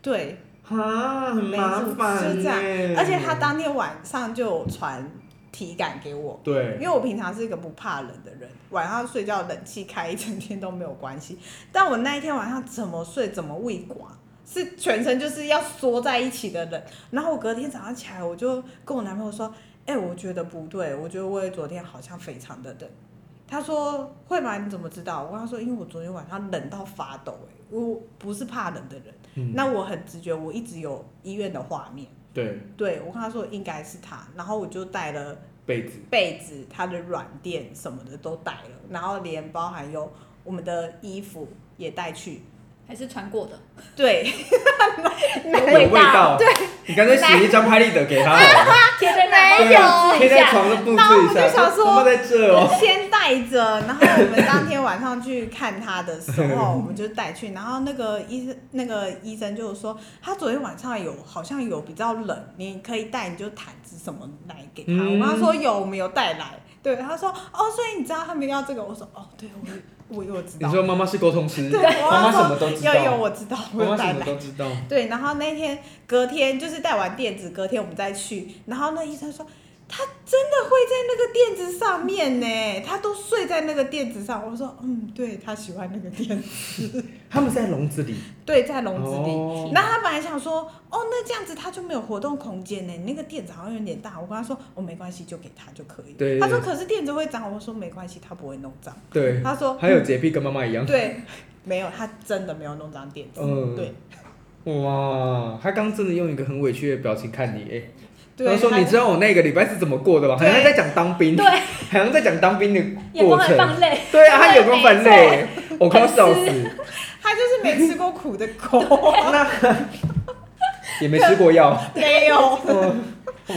对，
啊，很
没
麻
错
烦
就这
耶
样，而且他当天晚上就有传体感给我，因
对
为我平常是一个不怕冷的人，晚上睡觉冷气开一整天都没有关系。但我那一天晚上怎么睡怎么胃寡，是全身就是要缩在一起的冷。然后我隔天早上起来，我就跟我男朋友说：“哎、我觉得不对，我觉得我昨天好像非常的冷。”他说：“会吗？你怎么知道？”我跟他说：“因为我昨天晚上冷到发抖、欸，我不是怕冷的人，
嗯
那我很直觉，我一直有医院的画面。
对，
对我跟他说应该是他，然后我就带了。”
被子
被子、它的软垫什么的都带了，然后连包含有我们的衣服也带去。
还是穿过的，
对，
有
味
道，对，你干脆写一张拍立得给他好了，
贴在那
对啊
里
贴
布置一
在
下。
床上布置一下，
那我就想说
他妈在这 哦，
先带着，然后我们当天晚上去看他的时候，我们就带去，然后那个医生那个医生就说，他昨天晚上有好像有比较冷，你可以带你就毯子什么来给他。
嗯
我跟他说有，我们有带来。对，他说哦，所以你知道他们要这个，我说哦，对，我我有知
你
道，
说妈妈是沟通师，
对我
妈妈
妈说
什么都知
有有
道，
我知道，我
妈
有
妈
带
什
来
么。都知道，
对，然后那天隔天就是带完垫子，隔天我们再去，然后那医生说他真的会在那个垫子上面呢，他都睡在那个垫子上。我说嗯，对他喜欢那个垫子，
他们在笼子里，
对，在笼子里。
哦
那他本来想说，哦，那这样子他就没有活动空间呢。那个垫子好像有点大，我跟他说，哦，没关系，就给他就可以了。
对
他说
对
可是垫子会脏，我说没关系，他不会弄脏。
对，
他说
还有洁癖跟妈妈一样，
对，没有，他真的没有弄脏垫子。
嗯
对
哇，他刚真的用一个很委屈的表情看你，哎。
对，
他说：“
他
你知道我那个礼拜是怎么过的吗？好
对
像在讲当兵，
对，
好像在讲当兵的
眼
过
光很
程。
放泪，
对啊，他有功分类，我快要笑
很
死。
他就是没吃过 苦的狗，
那也没吃过药，
没有。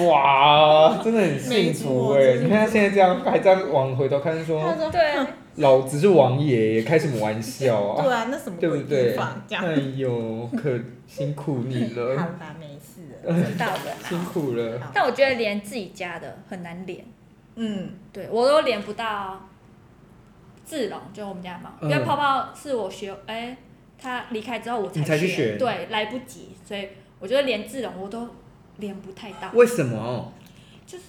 哇，真的很幸福
没
哎！
错
你看他现在这样，还这样往回头看，说
说
对，
老子是王爷，开什么玩 笑
对
啊？
啊，那什么
对不
鬼地
对？
方这样？
哎呦，可辛苦你
好
了，
啦，没事
嗯
了。
知道的。
辛苦了。
但我觉得连自己家的很难连，
嗯，
对我都连不到志龙，就我们家的猫，
嗯
因为泡泡是我学，哎、他离开之后我才
你才去学
对，来不及，所以我觉得连志龙我都连不太到，
为什么哦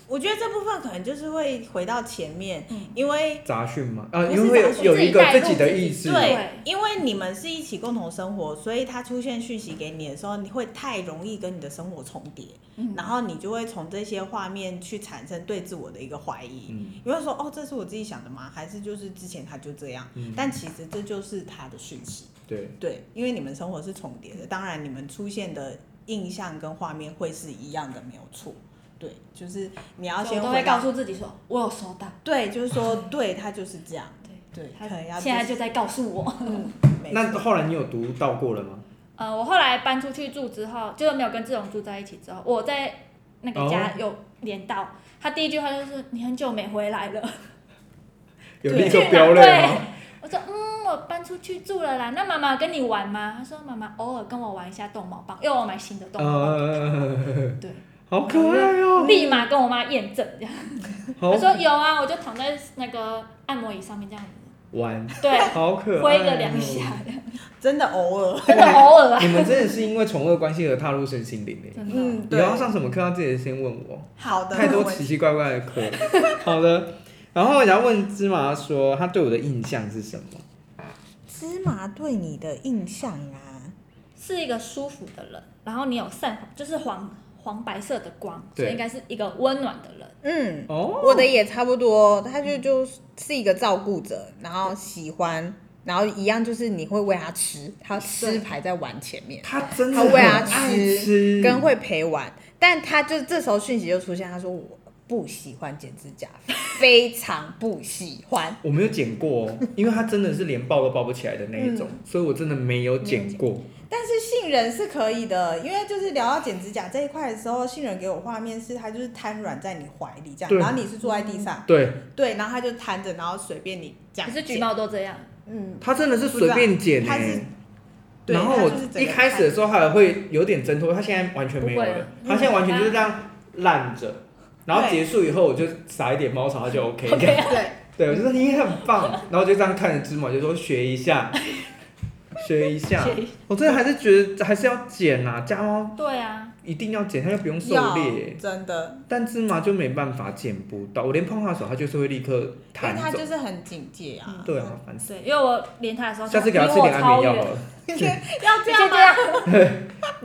我觉得这部分可能就是会回到前面，
嗯
因为
杂讯吗？啊，
不
因
是
为会
杂
有
讯
有
自己
一个自
带入
己的
自己
意志，
对
对，
因为你们是一起共同生活，所以他出现讯息给你的时候，你会太容易跟你的生活重叠，
嗯
然后你就会从这些画面去产生对自我的一个怀疑。
嗯
你会说哦，这是我自己想的吗？还是就是之前他就这样？
嗯
但其实这就是他的讯息。
对，
对，因为你们生活是重叠的，当然你们出现的印象跟画面会是一样的，没有错。对，就是你要
所以
先
我都会
回
告
到，
诉自己说，我有收到，
对，就是说，对他就是这样，
对，
对，可
他
能要
现在
就
就在告诉我。
嗯，没
那
错
后来你有读到过了吗？
呃，我后来搬出去住之后，就是没有跟志荣住在一起之后，我在那个家有连到、他第一句话就是你很久没回来了，
有
对
立刻飙泪吗？
我说嗯，我搬出去住了啦。那妈妈跟你玩吗？他说妈妈偶尔跟我玩一下逗猫棒，因为我买新的逗猫棒，
哦嗯，
对，
好可爱哦、
立马跟我妈验证这样。
好
他说有啊，我就躺在那个按摩椅上面这样子，
玩，
对，
好可爱、哦
挥个两下，这样
真的偶尔，
真的偶尔啊，
你们真的是因为宠物关系而踏入身心灵的。
真的。
嗯，
有
对，
欸要上什么课，要记得先问我。
好的，
太多
没问
奇
题
奇怪怪的课。 好的，然后我想要问芝麻说，他对我的印象是什么？
芝麻对你的印象啊，
是一个舒服的人，然后你有散发就是黄黄白色的光，
对
所以应该是一个温暖的人。
嗯，
哦，
我的也差不多，他就就是一个照顾者，然后喜欢，然后一样就是你会喂他吃，他吃
对
排在碗前面。
他真的
他
很
喂它啊
爱
吃
吃，
跟会陪玩，但他就这时候讯息就出现，他说我
不喜欢剪指甲，非常不喜欢。
我没有剪过、哦，因为它真的是连抱都抱不起来的那一种，
嗯
所以我真的没有剪过。
但是杏仁是可以的，因为就是聊到剪指甲这一块的时候，杏仁给我画面是它就是瘫软在你怀里这样，
对嗯
然后你是坐在地上，
对，
对，然后它就瘫着，然后随便你这样
可
剪。
是橘猫都这样，
嗯，
它真的是随便剪欸诶、
不知道它是对
然后
它
我
就是整个
一开始的时候还会有点挣脱，它现在完全没有
不会
了
了，
它现在完全就是这样烂着。然后
嗯对
结束以后，我就撒一点猫草，它 就 OK 这
OK
样。
对，
对，我就说你很棒，然后就这样看着芝麻，就说学一下，学一下。
学一
我真的还是觉得还是要剪啊，家猫
对啊，
一定要剪，它就不用狩
要
猎。
真的，
但芝麻就没办法剪不到，我连碰它的手，它就是会立刻
因为
弹
它
走
就。是很警戒啊。
对啊，烦死！
对，因为我连它的时候，
下次给它吃点安眠药好了。
要这样吗？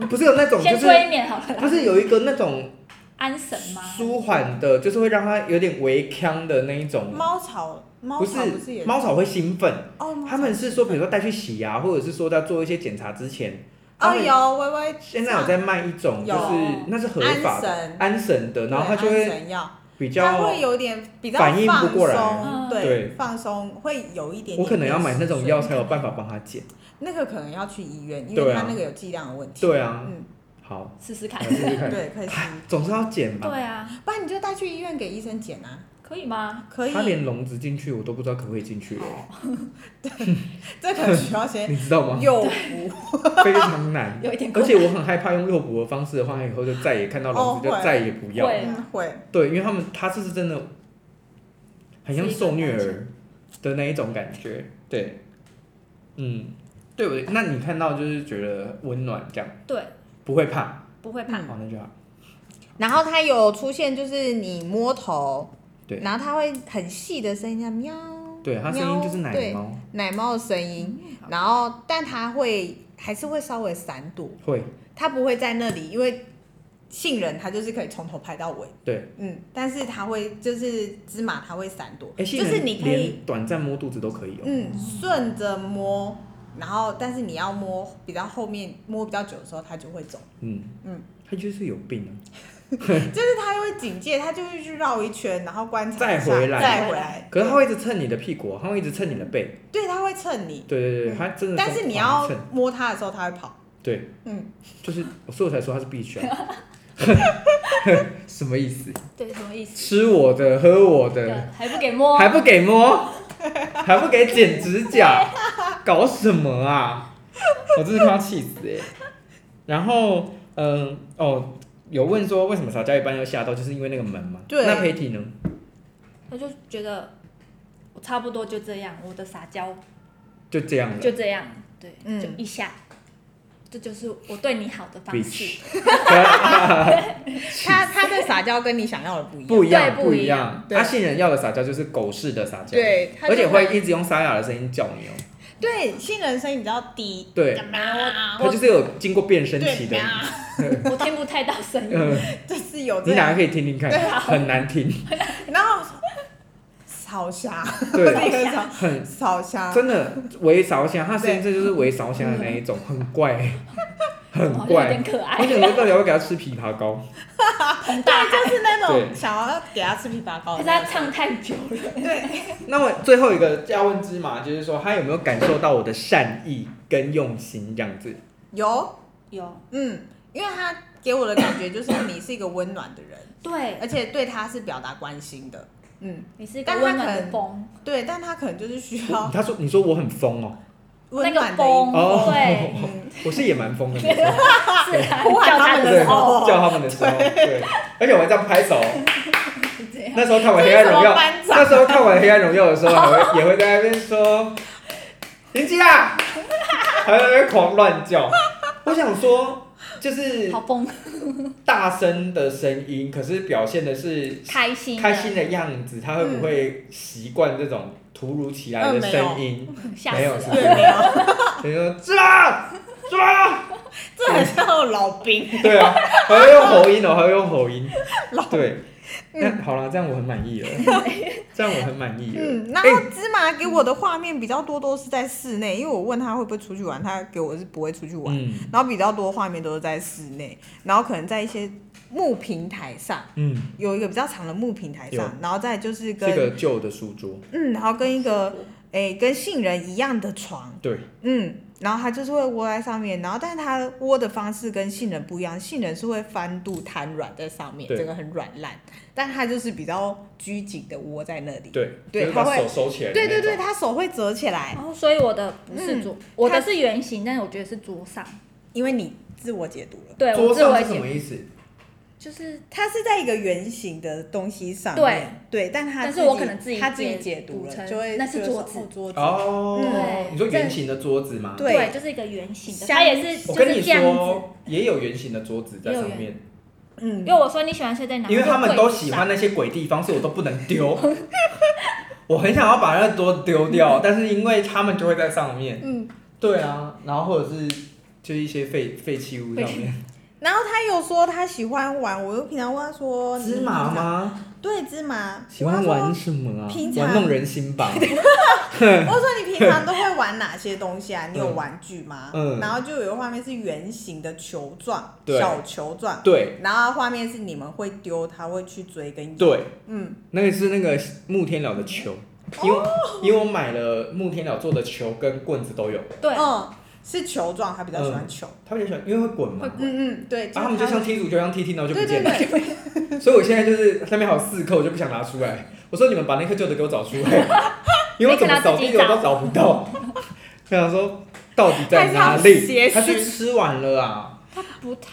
不是有那种就
先
是
催眠好了啦，
不是有一个那种
安神吗？
舒缓的，就是会让它有点微呛的那一种。
猫草，猫
不
草不是也
是猫草会兴奋，
哦，猫
他们是说，比如说带去洗牙，或者是说在做一些检查之前，
草
他
哦
们
有微微
现在有在卖一种，就
有
是那是合法的
安神
安神的，然后它就
对
会
安神药，
比
它
较
会。有点比较
反应不过来
放松
嗯
对
对，
放松会有一点点。
我可能要买那种药才有，办法帮它减。
那个可能要去医院，因为
对啊
它那个有剂量的问题。
对啊，
嗯，
好，
试试看
来。试试看。
对，可以吃，
总是要减吧。
对啊，
不然你就带去医院给医生检啊，
可以吗？
可
它
以。哦
连笼子进去我都不知道可不可以进去了，
这可能需 要先
你知道吗？
诱捕。
非常难。
有一点
而且我很害怕用诱捕的方式的话，以后就再也看到笼子
哦
就
会
再也不要。
会
嗯会，
对，因为他们他是不是真的很像受虐儿的那一种感觉？对，嗯，对我那你看到就是觉得温暖这样，
对，
不会怕，
不会怕。
嗯
哦，那就好。
然后它有出现，就是你摸头，
对
然后它会很细的声音，这样喵，
对，它声音就是奶猫，
奶猫的声音，
嗯
然后但它会还是会稍微闪躲，
会，
它不会在那里，因为杏仁它就是可以从头拍到尾。
对，
嗯，但是它会就是芝麻，它会闪躲，
哎，
就是你可以
连短暂摸肚子都可以哦。
嗯顺着摸，然后但是你要摸比较后面摸比较久的时候，它就会走，
嗯
嗯
嗯，它就是有病啊。
就是它会警戒，它就会去绕一圈，然后观察
再
一下
回来
再回来，
可是它会一直蹭你的屁股，它会一直蹭你的背，
对，它会蹭你，
对对对，
嗯
它真的。
但是你要
蹭，
摸它的时候，它 会跑。
对，
嗯，
就是，所以我才说它是必 须啊。 什么意思？
对，什么意思？
吃我的，喝我
对
的，，
还不给摸，
还不给摸，还不给剪指甲，搞什么啊？我真是快要气死哎、然后，嗯、哦，有问说为什么吵架一般要吓到，就是因为那个门嘛。
对
那佩体呢？
我就觉得我差不多就这样，我的撒娇
就这样了
就。这样，对，
嗯
就一下，这就是我对你好的方式
Bitch。
它它的撒娇跟你想要的不一样，
不一样，
对
不
不
一
一
样
样。
对
阿信人要的撒娇就是狗式的撒娇，，
对，它就
而且会一直用沙哑的声音叫你哦、
对，杏仁声音比较低，
对，它就是有经过变声期
对，
的
喵，
我听不太到声音，
嗯，
啊 就是有
你
这
两个
样。
可以听听看，很难听，
然后我说扫虾，
对，
那个扫
很
扫虾，
真的围勺虾，它声音
啊对
这就是围勺虾的那一种，很怪，很
好像哦有
怪
点。可
我
爱，
想说，到底要不要给它吃枇杷膏？
很大海。
是那种
对
想要给它吃枇杷膏
可
的
是他
那种。
唱太久了，
对，
那我最后一个要问芝麻，就是说他有没有感受到我的善意跟用心这样子？
有，
有
嗯，因为它给我的感觉就是你是一个温暖的人，
对，
而且对它是表达关心的，嗯，
你是一个
但他
温暖
可
的
能
风，
对，但它可能就是需要
他说，你说我很疯哦，
那
温
个
暖的一
风，
面。
哦
对，
嗯
我是也蛮疯的，没错
是啊，
呼喊
叫
他
他
们
们
的
的
对，
时
哦时
候
候
叫他们的时候，对，而且我还这样拍手哦。
是这样，
那时候看完《黑暗荣耀
这是什么》班，长
那时候看完《黑暗荣耀》的时候，还会也会在那边说停机啦，还在那边狂乱叫。我想说，就是
好疯，
大声的声音，可是表现的是
开心，啊
开心，啊的样子，他会不会习惯这种突如其来的声音？
吓
没有
死
是
了，
对，没有，
比如说是啦，是啦，
这很像老兵。
对啊，还会用喉音哦，还会用喉音
老，
对。那好了，这样我很满意了，这样我很满意了。
嗯，然
哎
后芝麻给我的画面比较多都是在室内，因为我问他会不会出去玩，他给我是不会出去玩，
嗯，
然后比较多画面都是在室内，然后可能在一些木平台上
嗯，
有一个比较长的木平台上，然后再就是
这
跟
个旧的书桌，
嗯，然后跟一个
舒服
诶跟杏仁一样的床，
对，
嗯，然后它就是会窝在上面，然后但是它窝的方式跟杏仁不一样，杏仁是会翻肚瘫软在上面，
对
整个很软烂，但它就是比较拘谨的窝在那里。
对，
对
就是把
它会
手收起来的
对
那种，
对对，它手会折起来，
然后哦所以我的不是桌，我
它
的是圆形，但是我觉得是桌上。
因为你自我解读了。
对，我
桌
自我
上
也
是什么
解，
意思？
就是
它是在一个圆形的东西上面，对，但它
但是
自己
我可能自己
它自己
解
解读
读
了，
成
就会
那是
觉得
桌
说
子
哦桌子，
哦，
对
你说圆形的桌子吗？
对
就是一个圆形的，
相
它也是
我
就
跟你
是这样子。
说，也有圆形的桌子在上面，
嗯
因为我说你喜欢睡在哪，
因为他们都喜
就
欢
跪
那些鬼地方，所以我都不能丢。 我很想要把那个桌子丢掉，但是因为他们就会在上面。
嗯，
对啊，然后或者是就一些废废弃物上面，
然后他有说他喜欢玩，我又平常问他说
芝麻？
你平常
吗？
对，芝麻。
喜欢玩什么啊
平？常
玩弄人心吧。
我说你平常都会玩哪些东西啊？你有
嗯
玩具吗？
嗯
然后就有一个画面是圆形的球状，
对
小球状。
对
然后画面是你们会丢，他会去追跟咬。
对，
嗯，
那个是那个木天鸟的球，因为因为我买了木天鸟做的球跟棍子都有，
下对，
嗯，是球状，他比较喜欢球。
他们就喜欢，因为会滚嘛。啊
嗯嗯，对。
嗯然后他们就像踢足球一样踢，踢到就不
对
见
对
了。
对，
所以我现在就是上面还有四颗，我就不想拿出来。我说你们把那颗旧的给我找出来，因为我怎么扫地我都找不到。我想说到底在哪里？他
还是
是
要斜
吃完了啊？
它不太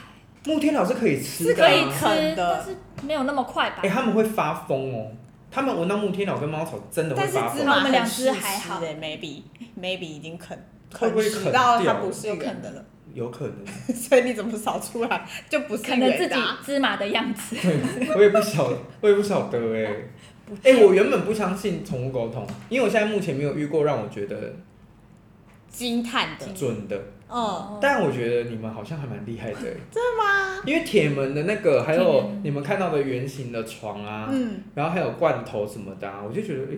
木天老是可以吃
是
的、
可以
啊，
吃
啃，的
但是没有那么快吧
哎、？他们会发疯哦。他们闻到木天鸟跟猫草真的会
但是
发
芝
疯，
麻
我们两只还好
哎，maybe maybe 已经啃
会不会啃
食到
掉
它不是啃的了，
有可能。
所以你怎么扫出来 就不是
可能
圆
自己
的啊、
芝麻的样子，
对，我也不晓，我也不晓得 哎、
不
哎、我原本不相信宠物沟通，因为我现在目前没有遇过让我觉得
惊叹的，
准的，
嗯，
哦
但我觉得你们好像还蛮厉害的、欸。
真的吗？
因为铁门的那个，还
铁
有
门
你们看到的圆形的床啊，
嗯，
然后还有罐头什么的、啊，我就觉得，诶、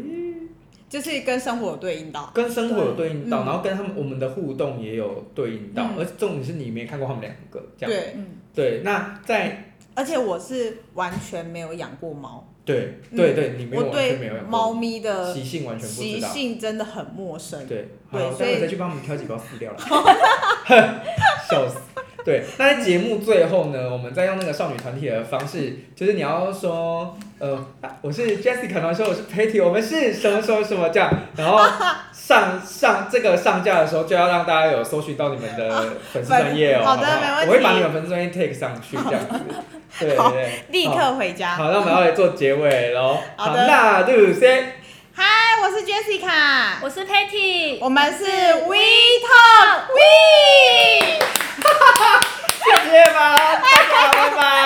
就是跟生活有对应到，
跟生活有对应到，
对嗯
然后跟他们我们的互动也有对应到，
嗯
而且重点是你没看过他们两个这样，
对，
嗯，
对，那在
而且我是完全没有养过猫，
对
嗯
对对，你没有
我
完全没有
对
养
猫
过，
咪的
习性完全不
习
知道，
性真的很陌生，
对，
对
好，
所
待
以
会再去帮我们挑几包饲料了， 笑死。对，那在节目最后呢，我们再用那个少女团体的方式，就是你要说，呃，啊我是 Jessica，然后说我是 Patty，我们是什么什么什么这样，然后上上这个上架的时候，就要让大家有搜寻到你们 的粉丝专业哦，
好
好
的
不好
没问题
我会把你们粉丝专业 take 上去这样子，对对
好
对，
立刻回家。
好，那我们要来做结尾喽，
好的
那就先。
嗨，我是 Jessica，
我是 Patty，
我们是 We Talk We。
谢谢吧，大家拜拜。